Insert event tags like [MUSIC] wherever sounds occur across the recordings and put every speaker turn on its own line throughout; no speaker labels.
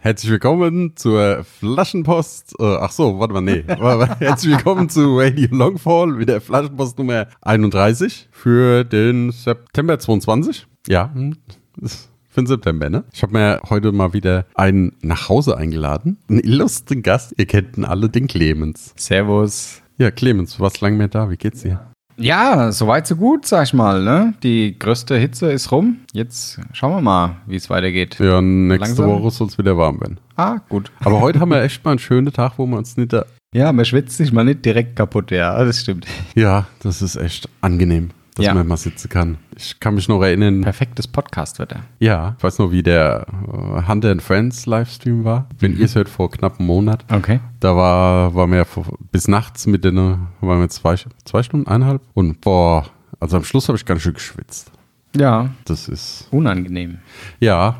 Herzlich willkommen zur Flaschenpost. Äh, ach so, warte mal, nee. [LAUGHS] Herzlich willkommen zu Radio Longfall mit der Flaschenpost Nummer 31 für den September 22. Ja, hm, ist für den September, ne? Ich habe mir heute mal wieder einen nach Hause eingeladen. Einen illustren Gast. Ihr kennt ihn alle, den Clemens.
Servus.
Ja, Clemens, du warst lange mehr da. Wie geht's dir?
Ja, soweit so gut, sag ich mal. Ne? Die größte Hitze ist rum. Jetzt schauen wir mal, wie es weitergeht.
Ja, nächste
Langsam.
Woche soll es wieder warm werden.
Ah, gut.
Aber heute haben wir echt mal einen schönen Tag, wo wir uns nicht da.
Ja, man schwitzt sich mal nicht direkt kaputt, ja, das stimmt.
Ja, das ist echt angenehm, dass
Ja.
man mal sitzen kann. Ich kann mich noch erinnern,
[LAUGHS] Perfektes Podcast-Wetter.
Ja, ich weiß noch, wie der äh, Hunter and Friends Livestream war. Wenn ihr es hört, vor knapp einem Monat.
Okay.
Da war, waren wir ja vor, bis nachts mit den, äh, waren wir zwei, zwei Stunden, eineinhalb. Und boah, also am Schluss habe ich ganz schön geschwitzt.
Ja,
Das ist,
unangenehm.
ja,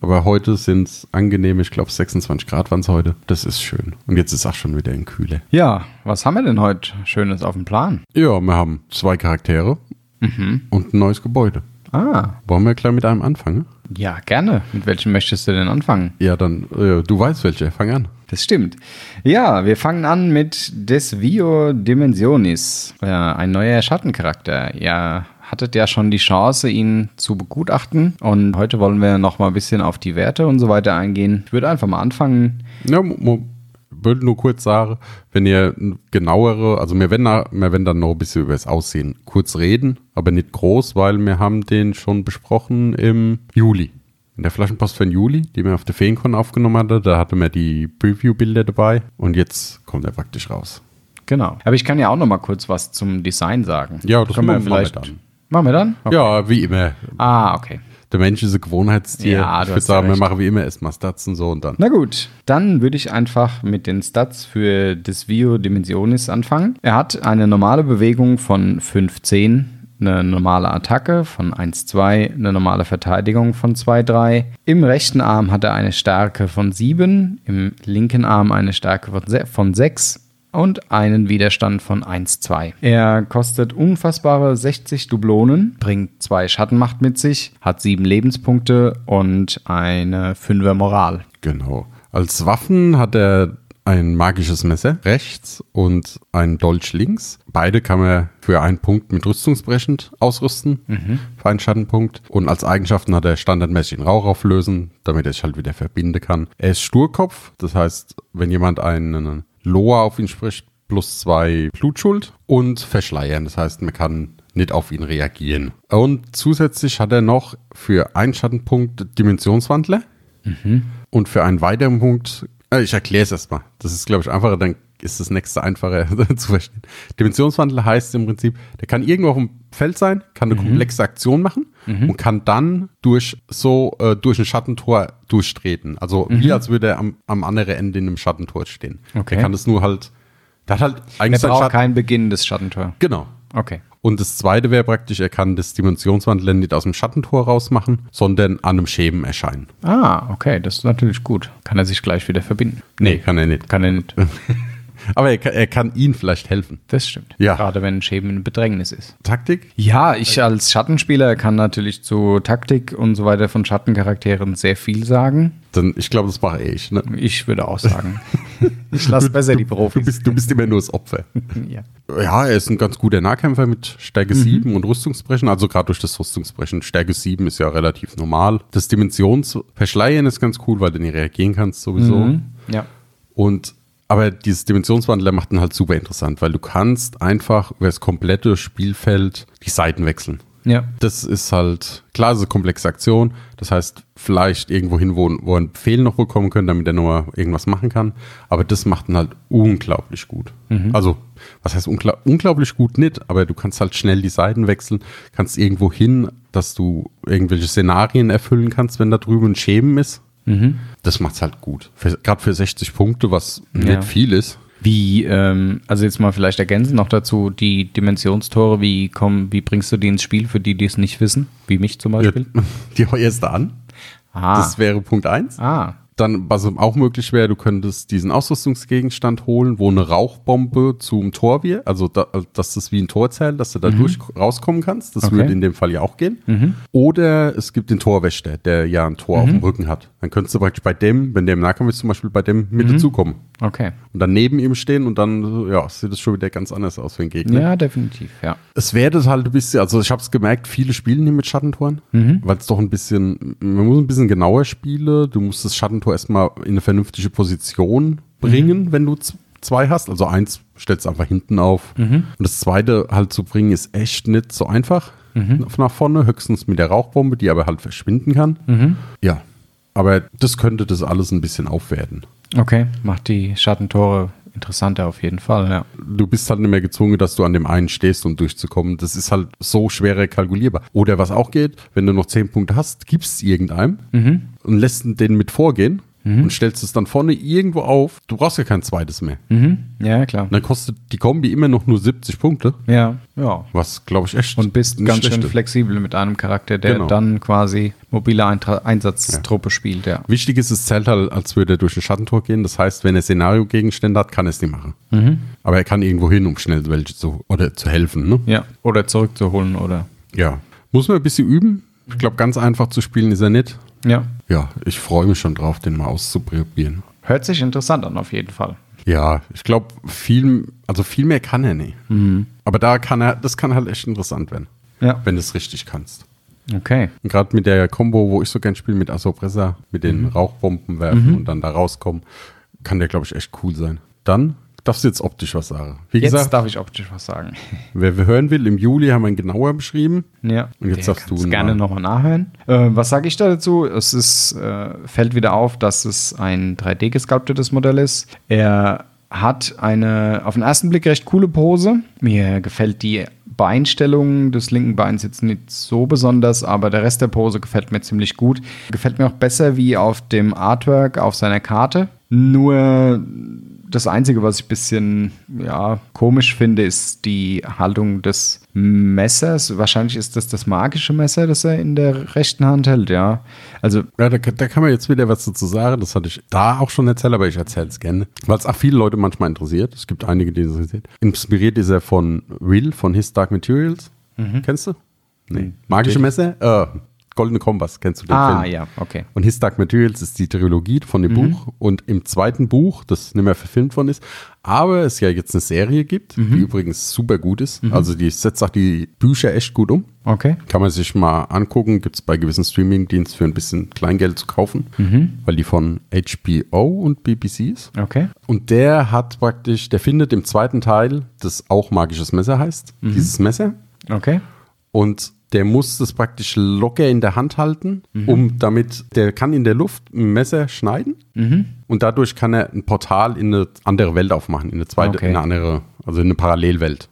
aber heute sind es angenehm, ich glaube 26 Grad waren es heute. Das ist schön. Und jetzt ist auch schon wieder in Kühle.
Ja, was haben wir denn heute Schönes auf dem Plan?
Ja, wir haben zwei Charaktere und ein neues Gebäude.
Ah,
Wollen wir gleich mit einem anfangen?
ja, gerne. Mit welchem möchtest du denn anfangen?
Ja, dann, äh, du weißt welche, fang an.
Das stimmt. Ja, wir fangen an mit Desvio Dimensionis, äh, ein neuer Schattencharakter. Ihr hattet ja schon die Chance, ihn zu begutachten und heute wollen wir noch mal ein bisschen auf die Werte und so weiter eingehen. Ich würde einfach mal anfangen.
Ja, mo- mo- würde nur kurz sagen, wenn ihr n- genauere, also wir werden, na- wir werden dann noch ein bisschen über das Aussehen kurz reden, aber nicht groß, weil wir haben den schon besprochen im Juli. In der Flaschenpost für den Juli, die wir auf der Feencon aufgenommen hatte, da hatten wir die Preview-Bilder dabei und jetzt kommt er praktisch raus.
Genau. Aber ich kann ja auch noch mal kurz was zum Design sagen.
Ja, das
Können
machen wir dann.
Machen wir dann?
Ja, wie immer.
Ah, okay.
Der Mensch ist ein Gewohnheitstier.
Ja,
ich
du
würde
hast ja
sagen, wir
recht.
machen wie immer erstmal Stats und so und dann.
Na gut, dann würde ich einfach mit den Stats für Desvio Dimensionis anfangen. Er hat eine normale Bewegung von 5,10, eine normale Attacke von 1,2, eine normale Verteidigung von 2,3. Im rechten Arm hat er eine Stärke von 7, im linken Arm eine Stärke von se- von 6 und einen Widerstand von 1,2. Er kostet unfassbare 60 Dublonen, bringt zwei Schattenmacht mit sich, hat sieben Lebenspunkte und eine 5er Moral.
Genau. Als Waffen hat er ein magisches Messer rechts und ein Dolch links. Beide kann man für einen Punkt mit Rüstungsbrechend ausrüsten, für einen Schattenpunkt. Und als Eigenschaften hat er standardmäßig den Rauch auflösen, damit er sich halt wieder verbinden kann. Er ist Sturkopf, das heißt, wenn jemand einen Loa auf ihn spricht, plus zwei Blutschuld und Verschleiern, das heißt, man kann nicht auf ihn reagieren. Und zusätzlich hat er noch für einen Schattenpunkt Dimensionswandler. Und für einen weiteren Punkt, äh, ich erkläre es erstmal. Das ist, glaube ich, einfacher, dann ist das nächste einfacher [LAUGHS] zu verstehen. Dimensionswandel heißt im Prinzip, der kann irgendwo auf dem Feld sein, kann
Mhm.
eine komplexe Aktion machen und kann dann durch so äh, durch ein Schattentor durchtreten. Also wie als würde er am, am anderen Ende in einem Schattentor stehen.
Mhm. Okay.
Er kann es nur halt, der hat halt
Er
eigentlich sein
braucht
Schatten-
kein beginnendes Schattentor.
Genau.
Okay.
Und das zweite wäre praktisch, er kann das Dimensionswandel nicht aus dem Schattentor rausmachen, sondern an einem Schemen erscheinen.
Ah, okay, das ist natürlich gut. Kann er sich gleich wieder verbinden?
Nee, kann er nicht.
Kann er nicht.
Aber er kann, er kann ihnen vielleicht helfen.
Das stimmt.
Ja.
Gerade wenn Schäben in Bedrängnis ist.
Taktik?
Ja, ich als Schattenspieler kann natürlich zu Taktik und so weiter von Schattencharakteren sehr viel sagen.
Dann, ich glaube, das mache ich. Ne?
Ich würde auch sagen. [LAUGHS] ich lasse besser die
Du,
Profis.
bist, du bist immer nur das Opfer.
Ja.
Ja, er ist ein ganz guter Nahkämpfer mit Stärke 7 und Rüstungsbrechen. Also gerade durch das Rüstungsbrechen. Stärke 7 ist ja relativ normal. Das Dimensionsverschleiern ist ganz cool, weil du nicht reagieren kannst sowieso.
ja.
Und aber dieses Dimensionswandler macht ihn halt super interessant, weil du kannst einfach über das komplette Spielfeld die Seiten wechseln.
Ja.
Das ist halt, klar, es ist eine komplexe Aktion. Das heißt, vielleicht irgendwo hin, wo, wo ein Befehl noch rückkommen könnte, damit er nochmal irgendwas machen kann. Aber das macht ihn halt unglaublich gut.
Mhm.
Also, was heißt unkla unglaublich gut nicht, aber du kannst halt schnell die Seiten wechseln, kannst irgendwo hin, dass du irgendwelche Szenarien erfüllen kannst, wenn da drüben ein Schemen ist.
Mhm.
Das macht's halt gut. Gerade für 60 Punkte, was nicht
Ja.
viel ist.
Wie, ähm, also jetzt mal vielleicht ergänzen noch dazu, die Dimensionstore, wie, kommen, wie bringst du die ins Spiel für die, die es nicht wissen? Wie mich zum Beispiel?
[LAUGHS] Die heuerst du an.
Ah,
Das wäre Punkt 1.
ah,
Dann, was auch möglich wäre, du könntest diesen Ausrüstungsgegenstand holen, wo eine Rauchbombe zum Tor wird, also da, dass das wie ein Tor zählt, dass du da durch rauskommen kannst. Das
Okay.
würde in dem Fall ja auch gehen. Oder es gibt den Torwächter, der ja ein Tor auf dem Rücken hat. Dann könntest du praktisch bei dem, wenn der im Nahkampf ist, zum Beispiel bei dem mit dazukommen
okay.
und dann neben ihm stehen und dann ja, sieht es schon wieder ganz anders aus für den Gegner.
Ja, definitiv, ja.
Es wäre das halt ein bisschen, also ich habe es gemerkt, viele spielen hier mit Schattentoren, weil es doch ein bisschen, man muss ein bisschen genauer spielen. Du musst das Schattentor erstmal in eine vernünftige Position bringen, wenn du z- zwei hast. Also eins stellst du einfach hinten auf. Und das zweite halt zu bringen ist echt nicht so einfach Auf- nach vorne, höchstens mit der Rauchbombe, die aber halt verschwinden kann. Ja, aber das könnte das alles ein bisschen aufwerten.
Okay, macht die Schattentore interessanter auf jeden Fall, ja.
du bist halt nicht mehr gezwungen, dass du an dem einen stehst, um durchzukommen. Das ist halt so schwerer kalkulierbar. Oder was auch geht, wenn du noch zehn Punkte hast, gibst irgendeinem
Mhm.
und lässt den mit vorgehen und stellst es dann vorne irgendwo auf. Du brauchst ja kein zweites mehr.
Mhm. Ja, klar.
Dann kostet die Kombi immer noch nur 70 Punkte.
Ja, ja.
Was, glaube ich, echt.
Und bist
nicht
ganz schön
schlecht ist.
flexibel mit einem Charakter, der
Genau.
dann quasi mobile Eintra Einsatztruppe spielt, ja.
Wichtig ist, es zählt halt, als würde er durch ein Schattentor gehen. Das heißt, wenn er Szenariogegenstände hat, kann er es nicht machen.
Mhm.
Aber er kann irgendwo hin, um schnell welche zu, oder zu helfen. Ne?
Ja, oder zurückzuholen oder.
Ja. Muss man ein bisschen üben. Ich glaube, ganz einfach zu spielen ist er nicht.
Ja.
Ja, ich freue mich schon drauf, den mal auszuprobieren.
Hört sich interessant an, auf jeden Fall.
Ja, ich glaube, viel, also viel mehr kann er nicht. Aber da kann er, das kann halt echt interessant werden,
Ja.
wenn du es richtig kannst.
Okay.
Und gerade mit der Combo, wo ich so gern spiele, mit Assopressa, mit den Rauchbomben werfen und dann da rauskommen, kann der, glaube ich, echt cool sein. Dann darfst du jetzt optisch was sagen. Wie
Jetzt
gesagt,
darf ich optisch was [LAUGHS] sagen.
wer wir hören will, im Juli haben wir ihn genauer beschrieben.
Ja.
Und jetzt
Der
darfst du
kann's
mal-
gerne nochmal nachhören. Äh, was sage ich da dazu? Es ist, äh, fällt wieder auf, dass es ein 3D gesculptetes Modell ist. Er hat eine auf den ersten Blick recht coole Pose. Mir gefällt die Beinstellung des linken Beins jetzt nicht so besonders, aber der Rest der Pose gefällt mir ziemlich gut. Gefällt mir auch besser wie auf dem Artwork auf seiner Karte. Nur das Einzige, was ich ein bisschen ja, komisch finde, ist die Haltung des Messers. Wahrscheinlich ist das das magische Messer, das er in der rechten Hand hält, ja. Also,
Ja, da, da kann man jetzt wieder was dazu sagen. Das hatte ich da auch schon erzählt, aber ich erzähle es gerne. Weil es auch viele Leute manchmal interessiert. Es gibt einige, die es interessiert. Inspiriert ist er von Will von His Dark Materials.
Mhm.
Kennst du? Nee. Magische Messer? Äh, Goldene Kompass, kennst du den Film?
Hm. ah, ja, okay. Mhm.
Und His Dark Materials ist die Trilogie von dem Buch. Und im zweiten Buch, das nicht mehr verfilmt worden ist, aber es ja jetzt eine Serie gibt,
Mhm.
die übrigens super gut ist. Also die setzt auch die Bücher echt gut um.
Okay.
Kann man sich mal angucken. Gibt es bei gewissen Streaming-Diensten für ein bisschen Kleingeld zu kaufen, weil die von HBO und BBC ist.
Okay.
Und der hat praktisch, der findet im zweiten Teil, das auch magisches Messer heißt, dieses Messer.
Okay.
Und der muss das praktisch locker in der Hand halten,
Mhm.
um damit, der kann in der Luft ein Messer schneiden
Mhm.
und dadurch kann er ein Portal in eine andere Welt aufmachen, in eine zweite,
Okay. Mhm.
in eine andere, also in eine Parallelwelt.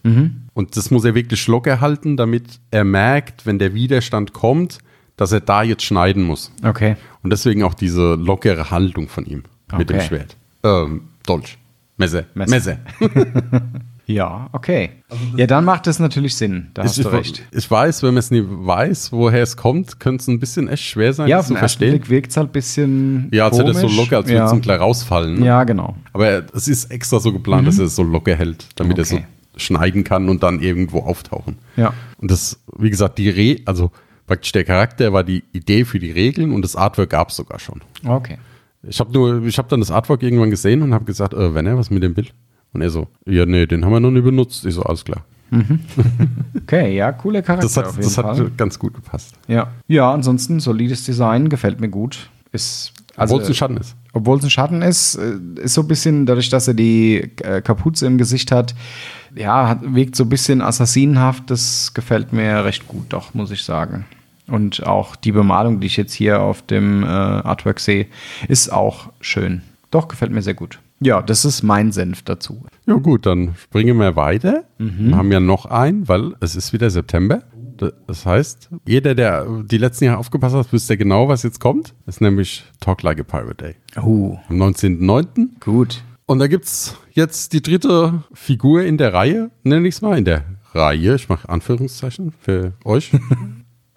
Und das muss er wirklich locker halten, damit er merkt, wenn der Widerstand kommt, dass er da jetzt schneiden muss.
Okay.
Und deswegen auch diese lockere Haltung von ihm mit dem
Okay.
Schwert. Ähm, Dolch. Messer.
Messer.
Messer.
Ja, okay.
Also
ja, dann macht das natürlich Sinn. Da hast
ich,
du recht.
ich weiß, wenn man es nie weiß, woher es kommt, könnte es ein bisschen echt schwer sein,
Ja,
das
auf
zu
den ersten
verstehen.
Blick wirkt es halt ein bisschen.
Ja, als hätte
komisch.
er so locker, als würde
ja.
es ihm gleich rausfallen. ne?
ja, genau.
Aber es ist extra so geplant, dass er es so locker hält, damit er so
Okay.
schneiden kann und dann irgendwo auftauchen.
Ja.
Und das, wie gesagt, die Re also praktisch der Charakter war die Idee für die Regeln und das Artwork gab es sogar schon.
Okay.
Ich habe nur, ich habe dann das Artwork irgendwann gesehen und habe gesagt, äh, wenn er was mit dem Bild? Und er so, ja, nee, den haben wir noch nie benutzt. Ich so, alles klar.
Okay, ja, cooler Charakter.
Das
auf
hat,
jeden
das
Fall.
hat ganz gut gepasst.
Ja. ja, ansonsten solides Design, gefällt mir gut. Ist Also,
Obwohl es ein Schatten ist.
Obwohl es ein Schatten ist, äh, ist so ein bisschen, dadurch, dass er die äh, Kapuze im Gesicht hat, ja, hat, wirkt so ein bisschen assassinenhaft. Das gefällt mir recht gut, doch, muss ich sagen. Und auch die Bemalung, die ich jetzt hier auf dem äh, Artwork sehe, ist auch schön. Doch, gefällt mir sehr gut. Ja, das ist mein Senf dazu.
Ja gut, dann springen wir weiter. Wir haben ja noch einen, weil es ist wieder September. Das heißt, jeder, der die letzten Jahre aufgepasst hat, wüsste genau, was jetzt kommt. Das ist nämlich Talk Like a Pirate Day
Oh,
am 19.09.
gut.
Und da gibt es jetzt die dritte Figur in der Reihe, nenne ich es mal, in der Reihe, ich mache Anführungszeichen für euch, [LAUGHS]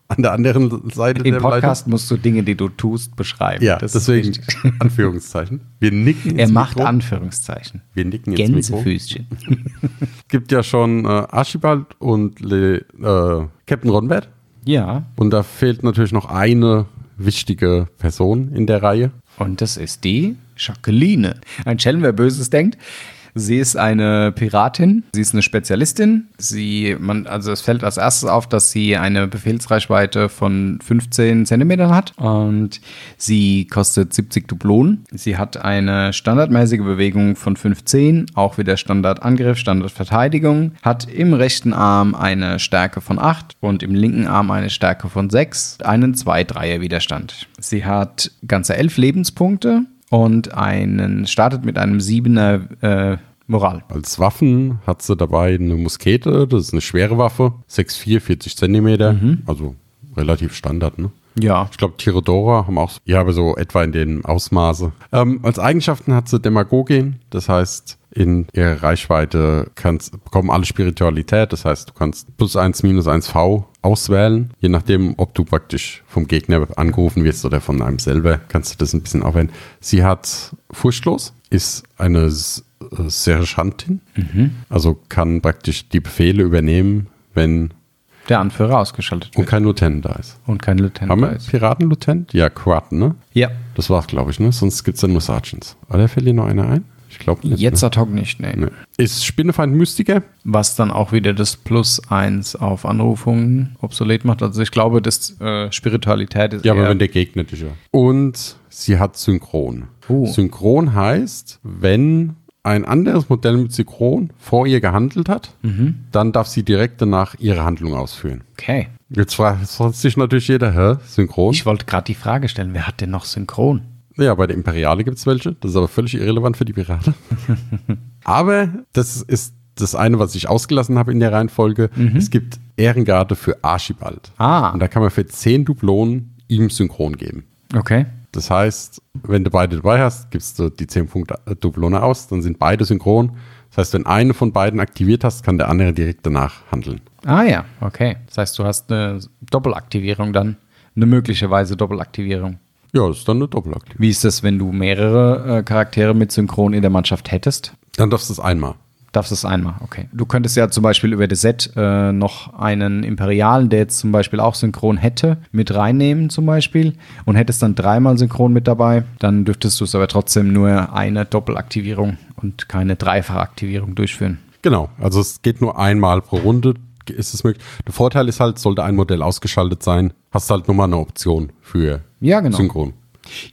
an der anderen Seite
Im
der
Podcast musst du Dinge, die du tust, beschreiben.
Leitung. Ja,
Das ist
deswegen
wichtig.
[LAUGHS] Anführungszeichen. Wir nicken ins
Er macht
Mikro.
Anführungszeichen.
Wir nicken ins Mikro.
Gänsefüßchen.
gibt ja schon äh, Archibald und Le, äh, Captain Ronbert.
Ja,
Und da fehlt natürlich noch eine wichtige Person in der Reihe.
Und das ist die Jacqueline. Ein Schelm, wer Böses denkt. Sie ist eine Piratin, sie ist eine Spezialistin. Sie, man, also es fällt als erstes auf, dass sie eine Befehlsreichweite von 15 Zentimetern hat und sie kostet 70 Dublonen. Sie hat eine standardmäßige Bewegung von 15, auch wieder Standardangriff, Standardverteidigung, hat im rechten Arm eine Stärke von 8 und im linken Arm eine Stärke von 6, einen 2-3er Widerstand. Sie hat ganze 11 Lebenspunkte und einen startet mit einem 7er äh, Moral.
Als Waffen hat sie dabei eine Muskete, das ist eine schwere Waffe, 6,4, 40 Zentimeter, also relativ Standard, ne?
Ja.
Ich glaube, Tirodora haben auch, ja, aber so etwa in dem Ausmaße. Ähm, als Eigenschaften hat sie Demagogin, das heißt, in ihrer Reichweite kannst, bekommen alle Spiritualität, das heißt, du kannst plus eins minus eins V auswählen, je nachdem, ob du praktisch vom Gegner angerufen wirst oder von einem selber, kannst du das ein bisschen aufwählen. Sie hat Furchtlos, ist eine S- äh, Sergeantin, also kann praktisch die Befehle übernehmen, wenn
Der Anführer ausgeschaltet
und
wird.
kein Lieutenant da ist.
Und kein Lieutenant.
Haben wir
weiß.
Piraten-Lieutenant? Ja, Quad, ne?
Ja.
Das war's, glaube ich, ne? Sonst gibt's dann nur Sergeants. Oder fällt dir noch einer ein? Ich glaube nicht.
Jetzt ad hoc nicht, nee.
Ne? Ne. Ist Spinnefeind Mystiker?
Was dann auch wieder das Plus 1 auf Anrufungen obsolet macht. Also ich glaube, das äh, Spiritualität ist
Ja,
eher
aber wenn der Gegner dich ja. Und sie hat Synchron.
Oh.
Synchron heißt, wenn ein anderes Modell mit Synchron vor ihr gehandelt hat,
Mhm.
dann darf sie direkt danach ihre Handlung ausführen.
Okay.
Jetzt fragt sonst sich natürlich jeder, hä? Synchron?
Ich wollte gerade die Frage stellen, wer hat denn noch Synchron?
Ja, bei der Imperiale gibt's welche. Das ist aber völlig irrelevant für die Piraten. aber das ist das eine, was ich ausgelassen habe in der Reihenfolge. Es gibt Ehrengarde für Archibald.
Ah.
Und da kann man für 10 Dublonen ihm synchron geben.
Okay.
Das heißt, wenn du beide dabei hast, gibst du die 10 Punkte äh, Dublone aus, dann sind beide synchron. Das heißt, wenn eine von beiden aktiviert hast, kann der andere direkt danach handeln.
Ah ja, okay. Das heißt, du hast eine Doppelaktivierung dann. Eine möglicherweise Doppelaktivierung.
Ja, das ist dann eine Doppelaktivierung.
Wie ist das, wenn du mehrere äh, Charaktere mit Synchron in der Mannschaft hättest?
Dann darfst du es einmal.
Darfst es einmal, okay. Du könntest ja zum Beispiel über das Set äh, noch einen Imperialen, der jetzt zum Beispiel auch synchron hätte, mit reinnehmen zum Beispiel und hättest dann dreimal synchron mit dabei. Dann dürftest du es aber trotzdem nur eine Doppelaktivierung und keine Dreifachaktivierung durchführen.
Genau, also es geht nur einmal pro Runde, ist es möglich. Der Vorteil ist halt, sollte ein Modell ausgeschaltet sein, hast halt nochmal eine Option für
Ja, genau.
Synchron.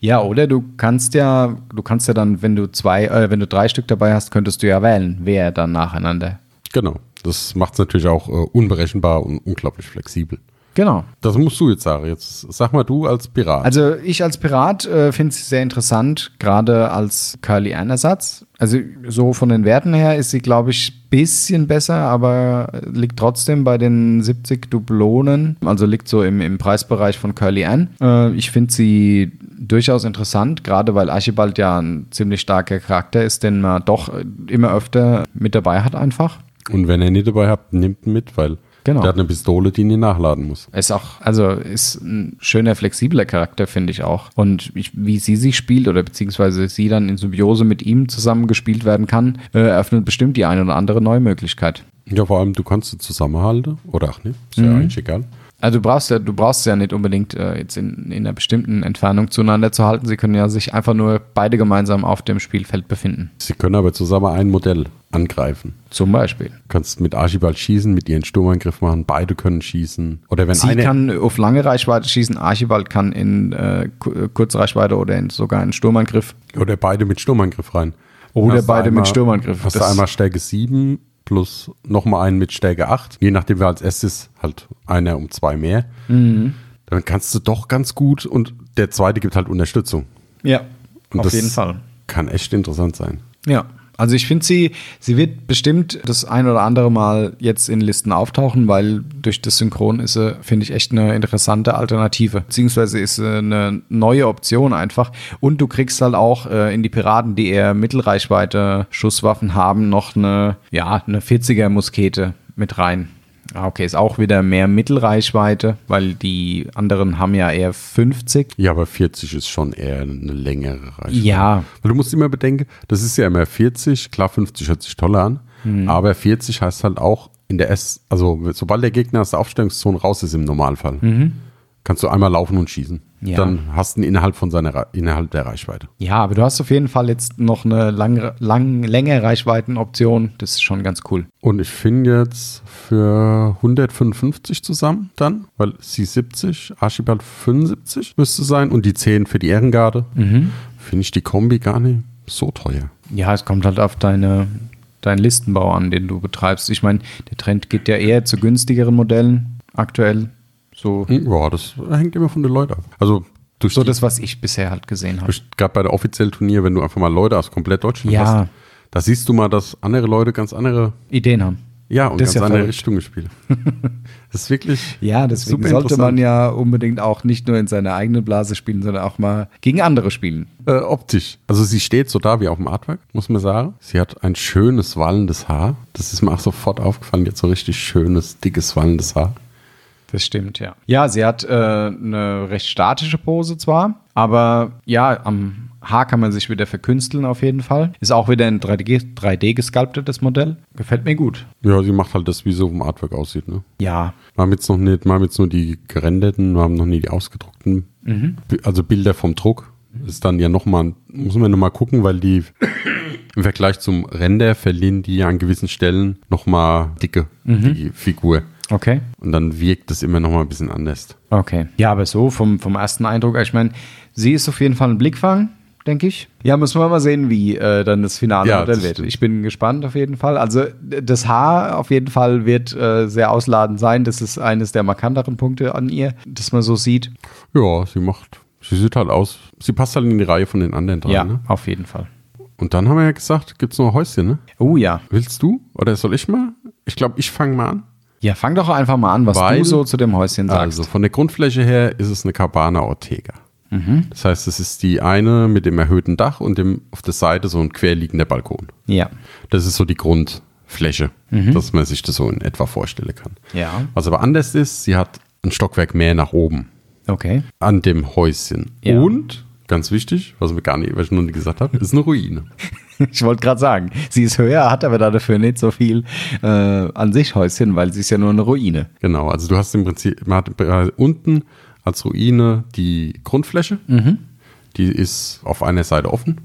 Ja, oder du kannst ja, du kannst ja dann, wenn du zwei, äh, wenn du drei Stück dabei hast, könntest du ja wählen, wer dann nacheinander.
Genau, das macht es natürlich auch äh, unberechenbar und unglaublich flexibel.
Genau.
Das musst du jetzt sagen. Jetzt sag mal du als Pirat.
Also ich als Pirat äh, finde sie sehr interessant, gerade als Curly Ann Ersatz. Also so von den Werten her ist sie, glaube ich, ein bisschen besser, aber liegt trotzdem bei den 70 Dublonen. Also liegt so im, im Preisbereich von Curly Ann. Äh, ich finde sie durchaus interessant, gerade weil Archibald ja ein ziemlich starker Charakter ist, den man doch äh, immer öfter mit dabei hat einfach.
und wenn ihr nicht dabei habt, nehmt ihn mit, weil
Genau.
der hat eine Pistole, die ihn nicht nachladen muss.
Ist auch, also ist ein schöner, flexibler Charakter, finde ich auch. Und ich, wie sie sich spielt oder beziehungsweise sie dann in Symbiose mit ihm zusammen gespielt werden kann, äh, eröffnet bestimmt die eine oder andere neue Möglichkeit. Mhm.
Ja, vor allem, du kannst sie zusammenhalten oder ach ne, ist ja eigentlich egal.
Also du brauchst ja, du brauchst ja nicht unbedingt äh, jetzt in, in einer bestimmten Entfernung zueinander zu halten. Sie können ja sich einfach nur beide gemeinsam auf dem Spielfeld befinden.
Sie können aber zusammen ein Modell angreifen.
Zum Beispiel.
Du kannst mit Archibald schießen, mit ihren Sturmangriff machen, beide können schießen. Oder wenn
Sie
eine.
kann auf lange Reichweite schießen, Archibald kann in äh, ku- Kurzreichweite oder in, sogar in Sturmangriff.
oder beide mit Sturmangriff rein.
Oder
Hast du
beide mit Sturmangriff.
Hast du
Das-
einmal Stärke 7 plus nochmal einen mit Stärke 8. Je nachdem, wer als erstes halt einer um zwei mehr.
Mhm.
Dann kannst du doch ganz gut und der zweite gibt halt Unterstützung.
Ja,
Und
auf
das
jeden Fall.
Kann echt interessant sein.
Ja. Also ich finde sie, sie wird bestimmt das ein oder andere Mal jetzt in Listen auftauchen, weil durch das Synchron ist sie, finde ich, echt eine interessante Alternative. Beziehungsweise ist sie eine neue Option einfach. Und du kriegst halt auch äh, in die Piraten, die eher Mittelreichweite Schusswaffen haben, noch eine, ja, eine 40er Muskete mit rein. Ah, Okay, ist auch wieder mehr Mittelreichweite, weil die anderen haben ja eher 50.
Ja, aber 40 ist schon eher eine längere Reichweite.
Ja.
Weil du musst immer bedenken, das ist ja immer 40, klar 50 hört sich toller an,
Mhm.
aber 40 heißt halt auch in der S, also sobald der Gegner aus der Aufstellungszone raus ist im Normalfall, kannst du einmal laufen und schießen.
Mhm. Ja.
Dann hast du ihn innerhalb von seiner Ra- innerhalb der Reichweite.
Ja, aber du hast auf jeden Fall jetzt noch eine lang, lang, längere Reichweitenoption. Das ist schon ganz cool.
Und ich finde jetzt für 155 zusammen dann, weil sie 70, Archibald 75 müsste sein und die 10 für die Ehrengarde,
Mhm.
finde ich die Kombi gar nicht so teuer.
Ja, es kommt halt auf deine, deinen Listenbau an, den du betreibst. Ich meine, der Trend geht ja eher zu günstigeren Modellen aktuell. So,
Hm, Ja, das hängt immer von den Leuten ab. Also durch
so
die-
das, was ich bisher halt gesehen habe.
durch- gerade bei der offiziellen Turnier, wenn du einfach mal Leute aus komplett Deutschland
Ja.
hast, da siehst du mal, dass andere Leute ganz andere,
Ideen haben.
ja, und
Das ist
ganz
ja
andere
verrückt.
Richtungen
[LAUGHS]
spielen. das ist wirklich
Ja, deswegen
super
sollte man
interessant.
ja unbedingt auch nicht nur in seiner eigenen Blase spielen, sondern auch mal gegen andere spielen.
Äh, optisch. Also sie steht so da wie auf dem Artwork, muss man sagen. Sie hat ein schönes wallendes Haar. Das ist mir auch sofort aufgefallen. Jetzt so richtig schönes, dickes wallendes Haar.
Das stimmt, ja. Ja, sie hat äh, eine recht statische Pose zwar, aber ja, am Haar kann man sich wieder verkünsteln auf jeden Fall. Ist auch wieder ein 3D, 3D gesculptetes Modell. Gefällt mir gut.
Ja, sie macht halt das, wie sie auf dem Artwork aussieht. Ne?
Ja.
Wir haben jetzt noch nicht, wir haben jetzt nur die gerendeten, wir haben noch nie die ausgedruckten. Bi- Also Bilder vom Druck ist dann ja nochmal, muss man nochmal gucken, weil die im Vergleich zum Render verlieren die ja an gewissen Stellen nochmal dicke, die Figur.
Okay.
Und dann wirkt das immer nochmal ein bisschen anders.
Okay. Ja, aber so vom, vom ersten Eindruck, ich meine, sie ist auf jeden Fall ein Blickfang, denke ich. Ja, müssen wir mal sehen, wie äh, dann das Finale
Ja,
Modell
das
wird.
stimmt.
Ich bin gespannt auf jeden Fall. Also d- das Haar auf jeden Fall wird äh, sehr ausladend sein. Das ist eines der markanteren Punkte an ihr, dass man so sieht.
Ja, sie macht, sie sieht halt aus, sie passt halt in die Reihe von den anderen drei.
Ja,
Ne?
auf jeden Fall.
Und dann haben wir ja gesagt, gibt's noch Häuschen, ne?
Oh ja.
Willst du oder soll ich mal? Ich glaube, ich fange mal an.
Ja, fang doch einfach mal an, was du
Weil-
so zu dem Häuschen sagst.
Also von der Grundfläche her ist es eine Cabana Ortega.
Mhm.
Das heißt, es ist die eine mit dem erhöhten Dach und dem auf der Seite so ein querliegender Balkon.
Ja.
Das ist so die Grundfläche, dass man sich das so in etwa vorstellen kann.
Mhm. Ja.
Was aber anders ist, sie hat ein Stockwerk mehr nach oben
Okay. [LAUGHS]
an dem Häuschen.
Ja.
Und, ganz wichtig, was, wir gar nicht, was ich noch nicht gesagt habe, ist eine Ruine.
Ich wollte gerade sagen, sie ist höher, hat aber dafür nicht so viel äh, an sich Häuschen, weil sie ist ja nur eine Ruine.
Genau, also du hast im Prinzip, man hat äh, unten als Ruine die Grundfläche,
Mhm.
die ist auf einer Seite offen.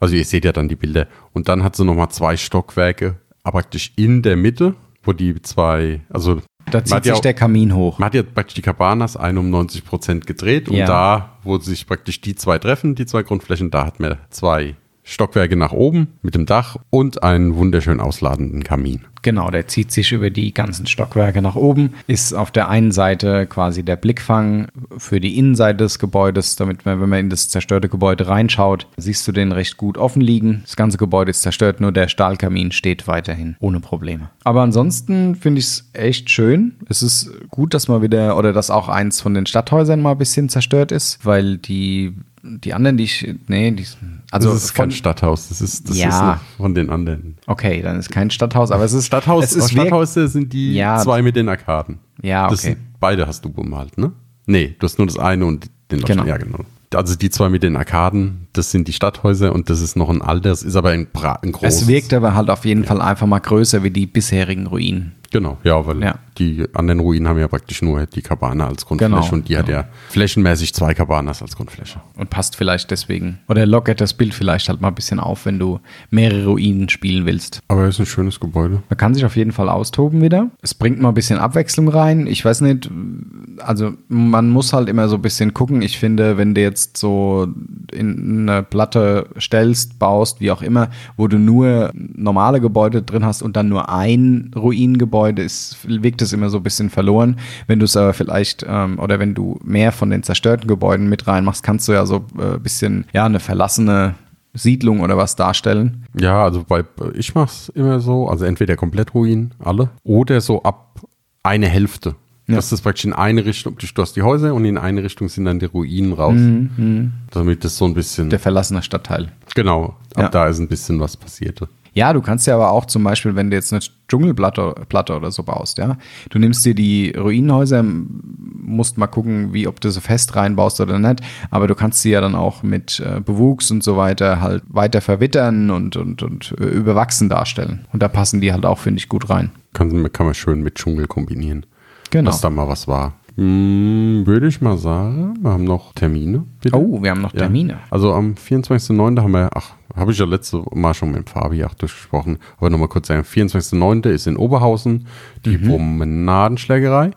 Also ihr seht ja dann die Bilder. Und dann hat sie nochmal zwei Stockwerke, aber praktisch in der Mitte, wo die zwei, also
Da
man
zieht
hat ja
sich
auch-
der Kamin hoch.
man hat ja praktisch die Cabanas eine um 90 Prozent gedreht
Ja.
und da, wo sich praktisch die zwei treffen, die zwei Grundflächen, da hat man zwei Stockwerke nach oben mit dem Dach und einen wunderschön ausladenden Kamin.
Genau, der zieht sich über die ganzen Stockwerke nach oben, ist auf der einen Seite quasi der Blickfang für die Innenseite des Gebäudes, damit man, wenn man in das zerstörte Gebäude reinschaut, siehst du den recht gut offen liegen. Das ganze Gebäude ist zerstört, nur der Stahlkamin steht weiterhin ohne Probleme. Aber ansonsten finde ich es echt schön. Es ist gut, dass mal wieder, oder dass auch eins von den Stadthäusern mal ein bisschen zerstört ist, weil die, die anderen, die ich, nee, die, also
das ist
von-
kein Stadthaus, das ist, das
Ja.
ist noch von den anderen.
Okay, dann ist kein Stadthaus, aber es ist
Stadthaus,
Es ist wirk-
Stadthäuser sind die
Ja.
zwei mit den Arkaden.
Ja,
Das
okay.
sind, beide hast du bemalt, ne? Nee, du hast nur das eine und den
Genau.
Ja, genau. Also die zwei mit den Arkaden, das sind die Stadthäuser und das ist noch ein altes, ist aber ein, bra- ein großes.
Es wirkt aber halt auf jeden Fall einfach mal größer wie die bisherigen Ruinen.
Genau, ja, weil
Ja.
die die anderen Ruinen haben ja praktisch nur die Kabane als Grundfläche
Genau,
und die hat ja flächenmäßig zwei Kabanas als Grundfläche.
Und passt vielleicht deswegen. Oder lockert das Bild vielleicht halt mal ein bisschen auf, wenn du mehrere Ruinen spielen willst.
Aber es ist ein schönes Gebäude.
Man kann sich auf jeden Fall austoben wieder. Es bringt mal ein bisschen Abwechslung rein. Ich weiß nicht, also man muss halt immer so ein bisschen gucken. Ich finde, wenn du jetzt so in eine Platte stellst, baust, wie auch immer, wo du nur normale Gebäude drin hast und dann nur ein Ruinengebäude, ist, wirkt es immer so ein bisschen verloren. Wenn du es aber vielleicht ähm, oder wenn du mehr von den zerstörten Gebäuden mit reinmachst, kannst du ja so äh, ein bisschen ja eine verlassene Siedlung oder was darstellen.
Ja, also bei ich mach's immer so, also entweder komplett Ruin, alle, oder so ab eine Hälfte.
Ja.
Das ist praktisch in eine Richtung, du hast die Häuser und in eine Richtung sind dann die Ruinen raus. Damit das so ein bisschen,
Mhm, Der verlassene Stadtteil.
genau, ab
Ja.
da ist ein bisschen was passierte.
Ja, du kannst ja aber auch zum Beispiel, wenn du jetzt eine Dschungelplatte Platte oder so baust, ja, du nimmst dir die Ruinenhäuser, m- musst mal gucken, wie ob du sie fest reinbaust oder nicht, aber du kannst sie ja dann auch mit äh, Bewuchs und so weiter halt weiter verwittern und, und, und äh, überwachsen darstellen. Und da passen die halt auch, finde ich, gut rein.
Kann, kann man schön mit Dschungel kombinieren.
Genau.
Dass da mal was war. Hm, würde ich mal sagen, wir haben noch Termine. bitte.
Oh, wir haben noch
Ja.
Termine.
Also am 24.09. haben wir, ach, habe ich ja letzte Mal schon mit Fabi auch durchgesprochen, aber nochmal kurz sagen, 24.09. ist in Oberhausen die
Mhm.
Promenadenschlägerei.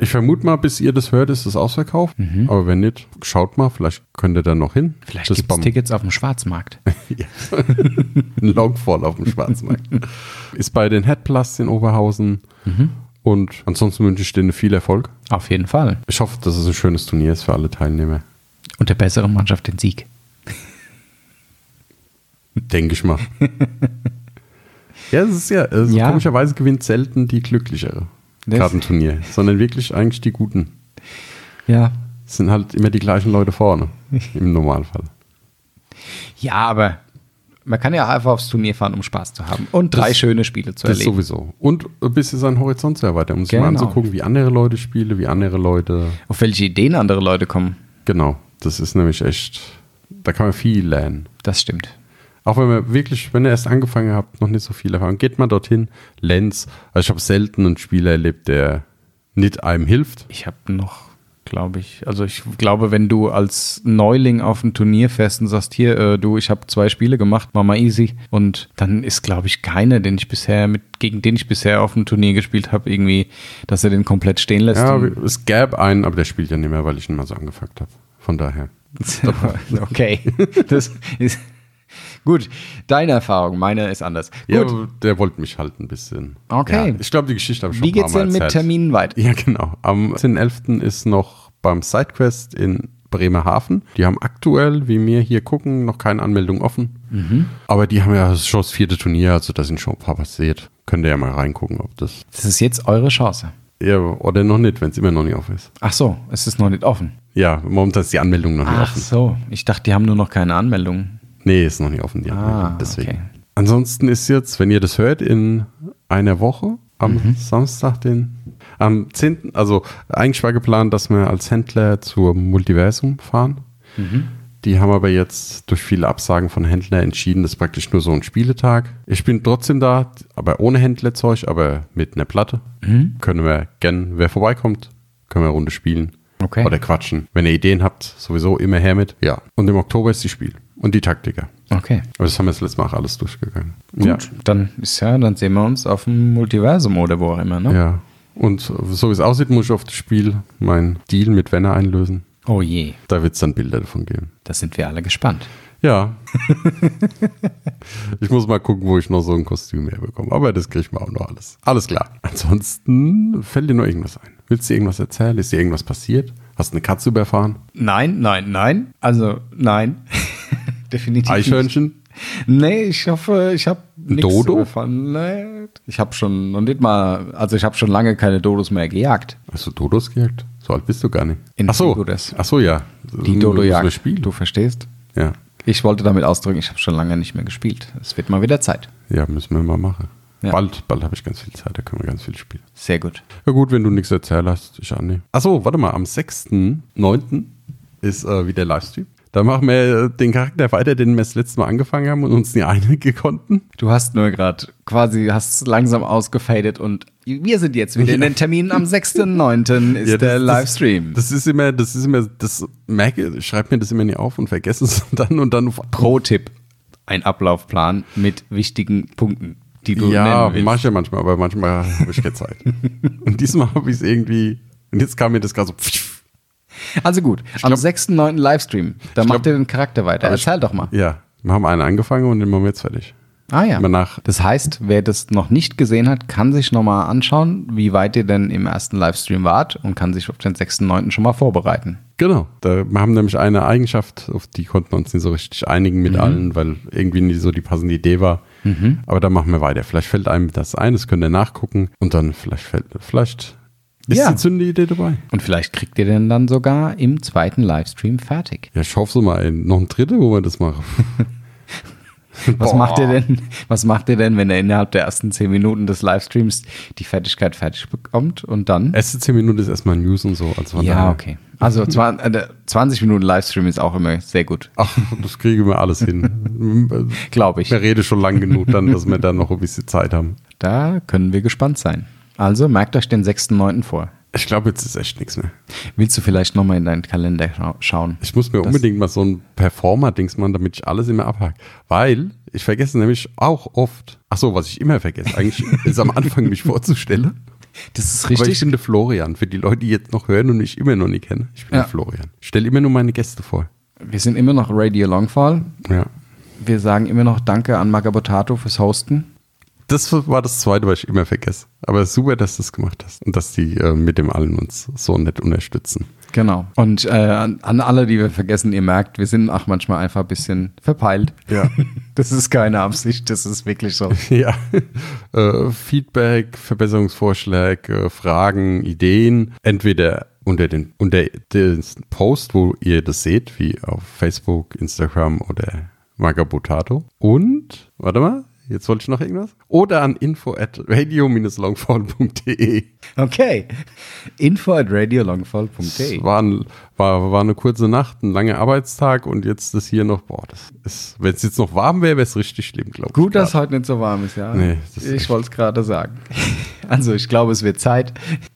Ich vermute mal, bis ihr das hört, ist es ausverkauft, aber wenn nicht, schaut mal, vielleicht könnt ihr da noch hin.
Mhm. Vielleicht
Das
gibt es
beim-
Tickets auf dem Schwarzmarkt.
[LAUGHS] ein Longfall auf dem Schwarzmarkt.
[LAUGHS]
ist bei den Headplus in Oberhausen
Mhm.
und ansonsten wünsche ich denen viel Erfolg.
auf jeden Fall.
Ich hoffe, dass es ein schönes Turnier ist für alle Teilnehmer.
Und der besseren Mannschaft den Sieg.
Denke ich mal. [LAUGHS] ja, es ist ja, also
Ja.
komischerweise gewinnt selten die glücklichere
Das-
Kartenturnier, sondern wirklich eigentlich die guten.
Ja.
Es sind halt immer die gleichen Leute
[LAUGHS]
vorne, im Normalfall.
Ja, aber man kann ja einfach aufs Turnier fahren, um Spaß zu haben und drei
Das-
schöne Spiele zu
Das
erleben.
sowieso. Und ein bisschen seinen Horizont zu erweitern, um sich mal
Genau.
anzugucken, wie andere Leute spielen, wie andere Leute.
Auf welche Ideen andere Leute kommen,
Genau, das ist nämlich echt, da kann man viel lernen.
das stimmt.
Auch wenn ihr wirklich, wenn ihr erst angefangen habt, noch nicht so viel Erfahrung, geht mal dorthin. Lenz, also ich habe selten einen Spieler erlebt, der nicht einem hilft.
Ich habe noch, glaube ich, also ich glaube, wenn du als Neuling auf ein Turnier fährst und sagst, hier, äh, du, ich habe zwei Spiele gemacht, mach mal easy. Und dann ist, glaube ich, keiner, den ich bisher mit, gegen den ich bisher auf dem Turnier gespielt habe, irgendwie, dass er den komplett stehen lässt.
Ja,
und-
es gäbe einen, aber der spielt ja nicht mehr, weil ich ihn mal so angefuckt habe. Von daher. [LAUGHS]
okay. Das ist gut. Deine Erfahrung, meine ist anders. Gut.
Ja, aber der wollte mich halt ein bisschen.
Okay.
Ja, ich glaube, die Geschichte habe ich schon
Wie
ein paar
geht's
Mal
denn mit
erzählt.
Terminen weiter?
[LAUGHS] Ja, genau. Am 10.11. ist noch beim Sidequest in Bremerhaven. Die haben aktuell, wie wir hier gucken, noch keine Anmeldung offen.
Mhm.
Aber die haben ja schon das vierte Turnier, also da sind schon ein paar passiert. Könnt ihr ja mal reingucken, ob das.
Das ist jetzt eure Chance.
Ja, oder noch nicht, wenn es immer noch nicht offen ist.
Ach so, es ist noch nicht offen.
Ja, momentan ist die Anmeldung noch nicht
Ach
offen.
so, ich dachte, die haben nur noch keine Anmeldungen.
Nee, ist noch nicht offen, die
Ah,
Anmeldung. Deswegen.
okay.
Ansonsten ist jetzt, wenn ihr das hört, in einer Woche am Samstag, den am 10. Also eigentlich war geplant, dass wir als Händler zur Multiversum fahren. Die haben aber jetzt durch viele Absagen von Händlern entschieden, das ist praktisch nur so ein Spieletag. Ich bin trotzdem da, aber ohne Händlerzeug, aber mit einer Platte. Können wir gern, wer vorbeikommt, können wir eine Runde spielen.
Okay.
Oder quatschen. Wenn ihr Ideen habt, sowieso immer her mit. Ja. Und im Oktober ist die Spiel und die Taktiker.
Okay.
Aber das haben wir jetzt letztes Mal auch alles durchgegangen. Ja.
Gut, dann ist ja, dann sehen wir uns auf dem Multiversum oder wo auch immer, ne?
ja. Und so wie es aussieht, muss ich auf das Spiel meinen Deal mit Wenner einlösen.
Oh je,
Da wird es dann Bilder davon geben.
da sind wir alle gespannt. [LAUGHS]
Ja. ich muss mal gucken, wo ich noch so ein Kostüm herbekomme. Aber das kriege ich mal auch noch alles. Alles klar. Ansonsten fällt dir nur irgendwas ein. Willst du dir irgendwas erzählen? Ist dir irgendwas passiert? Hast du eine Katze überfahren?
Nein, nein, nein. Also, nein. [LAUGHS] Definitiv. Nicht.
Eichhörnchen?
Nee, ich hoffe, ich habe nichts
Dodo?
überfallen. Nee, ich habe schon noch nicht mal, also ich habe schon lange keine Dodos mehr gejagt.
Hast du Dodos gejagt? So alt bist du gar nicht.
In
Ach so.
Dodos.
Ach so, ja.
Die Dodo-Jagd.
Spiel.
Du verstehst?
Ja.
Ich wollte damit ausdrücken, ich habe schon lange nicht mehr gespielt. Es wird mal wieder Zeit.
Ja, müssen wir mal machen.
Ja.
Bald, bald habe ich ganz viel Zeit, da können wir ganz viel spielen.
Sehr gut.
Ja gut, wenn du nichts erzählt hast, ich annehme. Achso, warte mal, am 6.9. ist äh, wieder Livestream. Da machen wir äh, den Charakter weiter, den wir das letzte Mal angefangen [LAUGHS] haben und uns nie einigen konnten.
Du hast nur gerade quasi hast langsam ausgefadet und Wir sind jetzt wieder in den Terminen. [LAUGHS] Am 6.9. ist
Ja, das-
der
das-
Livestream.
Das ist immer, das ist immer, das merke, schreib mir das immer nie auf und vergesse es [LAUGHS] dann und dann auf
Pro-Tipp: Ein Ablaufplan mit wichtigen Punkten, die du
Ja,
nennen willst.
mache ich ja manchmal, aber manchmal habe ich keine Zeit.
[LAUGHS]
und diesmal habe ich es irgendwie. Und jetzt kam mir das gerade so. pfiff.
Also gut, am 6.9. Livestream. Da macht ihr den Charakter weiter. Erzähl doch mal.
Ja, wir haben einen angefangen und den machen wir jetzt fertig.
Ah ja.
Immer nach.
Das heißt, wer das noch nicht gesehen hat, kann sich nochmal anschauen, wie weit ihr denn im ersten Livestream wart und kann sich auf den 6.9. schon mal vorbereiten.
Genau. Da, wir haben nämlich eine Eigenschaft, auf die konnten wir uns nicht so richtig einigen
Mhm.
mit allen, weil irgendwie nicht so die passende Idee war. Aber da machen wir weiter. Vielleicht fällt einem das ein, das könnt ihr nachgucken und dann vielleicht fällt, vielleicht ist
Ja.
die zündende Idee dabei.
Und vielleicht kriegt ihr den dann sogar im zweiten Livestream fertig.
Ja, ich hoffe so mal, ein, noch ein dritte, wo wir das machen.
Was macht, ihr denn, [LAUGHS] was macht ihr denn, wenn ihr innerhalb der ersten 10 Minuten des Livestreams die Fertigkeit fertig bekommt und dann?
Erste zehn Minuten ist erstmal News und so. Also von
ja,
daher-
okay. Also zwa- äh, der 20 Minuten Livestream ist auch immer sehr gut,
Ach, das kriegen wir alles
[LAUGHS]
hin.
glaube ich.
Ich rede schon lang genug dann, dass wir dann noch ein bisschen Zeit haben.
Da können wir gespannt sein. Also merkt euch den 6.9. vor.
Ich glaube, jetzt ist echt nichts mehr.
Willst du vielleicht nochmal in deinen Kalender schau schauen?
Ich muss mir unbedingt mal so ein Performer-Dings machen, damit ich alles immer abhake. Weil ich vergesse nämlich auch oft, ach so, was ich immer vergesse, eigentlich ist am Anfang mich vorzustellen.
Das ist
Aber ich bin der Florian. Für die Leute, die jetzt noch hören und mich immer noch nicht kennen, ich bin
Ja.
der Florian. Ich stelle immer nur meine Gäste vor.
Wir sind immer noch Radio Longfall.
Ja.
Wir sagen immer noch Danke an Magabotato fürs Hosten.
Das war das Zweite, was ich immer vergesse. Aber super, dass du es gemacht hast und dass die äh, mit dem allen uns so nett unterstützen.
Genau. Und äh, an, an alle, die wir vergessen, ihr merkt, wir sind auch manchmal einfach ein bisschen verpeilt.
Ja.
[LAUGHS] Das ist keine Absicht, das ist wirklich so.
[LAUGHS] Ja. Äh, Feedback, Verbesserungsvorschlag, äh, Fragen, Ideen. Entweder unter den unter den Post, wo ihr das seht, wie auf Facebook, Instagram oder Magabotato. Und, warte mal, jetzt wollte ich noch irgendwas. Oder an info at radio-longfall.de.
Okay. Info at
Es
radiolongfall.de.
war, ein, war, war eine kurze Nacht, ein langer Arbeitstag und jetzt das hier noch, boah, das ist, wenn es jetzt noch warm wäre, wäre es richtig schlimm, glaube ich.
Gut, dass
grad.
heute nicht so warm ist, ja.
Nee, das ist
ich wollte es gerade sagen. [LAUGHS] Also, ich glaube, es wird Zeit.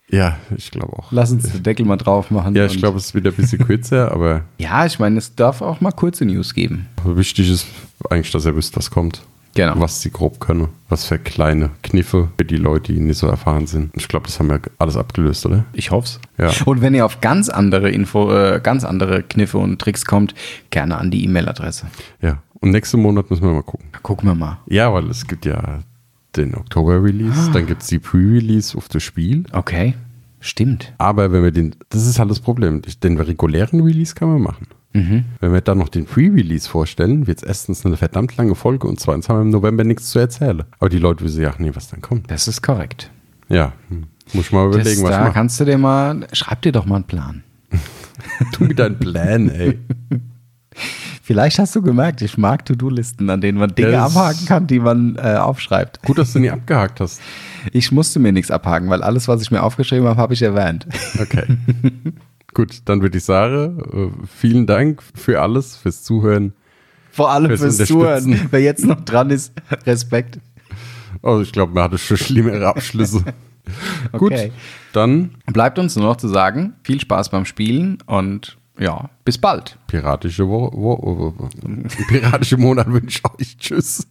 Ja, ich glaube auch.
Lass uns den Deckel mal drauf machen.
Ja, ich
und-
glaube, es ist wieder ein bisschen kürzer, [LAUGHS] aber
Ja, ich meine, es darf auch mal kurze News geben.
wichtig ist eigentlich, dass ihr wisst, was kommt.
Genau.
Was sie grob können. Was für kleine Kniffe für die Leute, die nicht so erfahren sind. Ich glaube, das haben wir alles abgelöst, oder?
Ich hoff's.
Ja.
Und wenn ihr auf ganz andere Info, äh, ganz andere Kniffe und Tricks kommt, gerne an die E-Mail-Adresse.
Ja. Und nächsten Monat müssen wir mal gucken.
Da Gucken wir mal.
Ja, weil es gibt ja den Oktober-Release,
Ah.
dann gibt es die Pre-Release auf das Spiel.
Okay. Stimmt.
Aber wenn wir den, das ist halt das Problem, den regulären Release kann man machen.
Mhm.
Wenn wir dann noch den Pre-Release vorstellen, wird es erstens eine verdammt lange Folge und zweitens haben wir im November nichts zu erzählen. Aber die Leute wissen ja, ach nee, was dann kommt.
Das ist korrekt.
Ja, hm. muss ich mal
Das,
überlegen, was
da
ich mache.
kannst du dir mal, schreib dir doch mal einen Plan.
Du mit deinem Plan, ey.
Vielleicht hast du gemerkt, ich mag To-Do-Listen, an denen man Dinge
Das-
abhaken kann, die man äh, aufschreibt.
Gut, dass du nie abgehakt hast.
Ich musste mir nichts abhaken, weil alles, was ich mir aufgeschrieben habe, habe ich erwähnt. [LAUGHS]
Okay. Gut, dann würde ich sagen, äh, vielen Dank für alles, fürs Zuhören.
Vor allem
Fürs
fürs
Unterstützen.
Zuhören. Wer jetzt noch dran ist, Respekt.
Also ich glaube, man hatte schon schlimmere Abschlüsse. Gut,
Okay.
dann
Bleibt uns nur noch zu sagen, viel Spaß beim Spielen und ja, bis bald.
piratische Wo Wo Wo Wo Piratische Monat wünsche ich euch. Tschüss.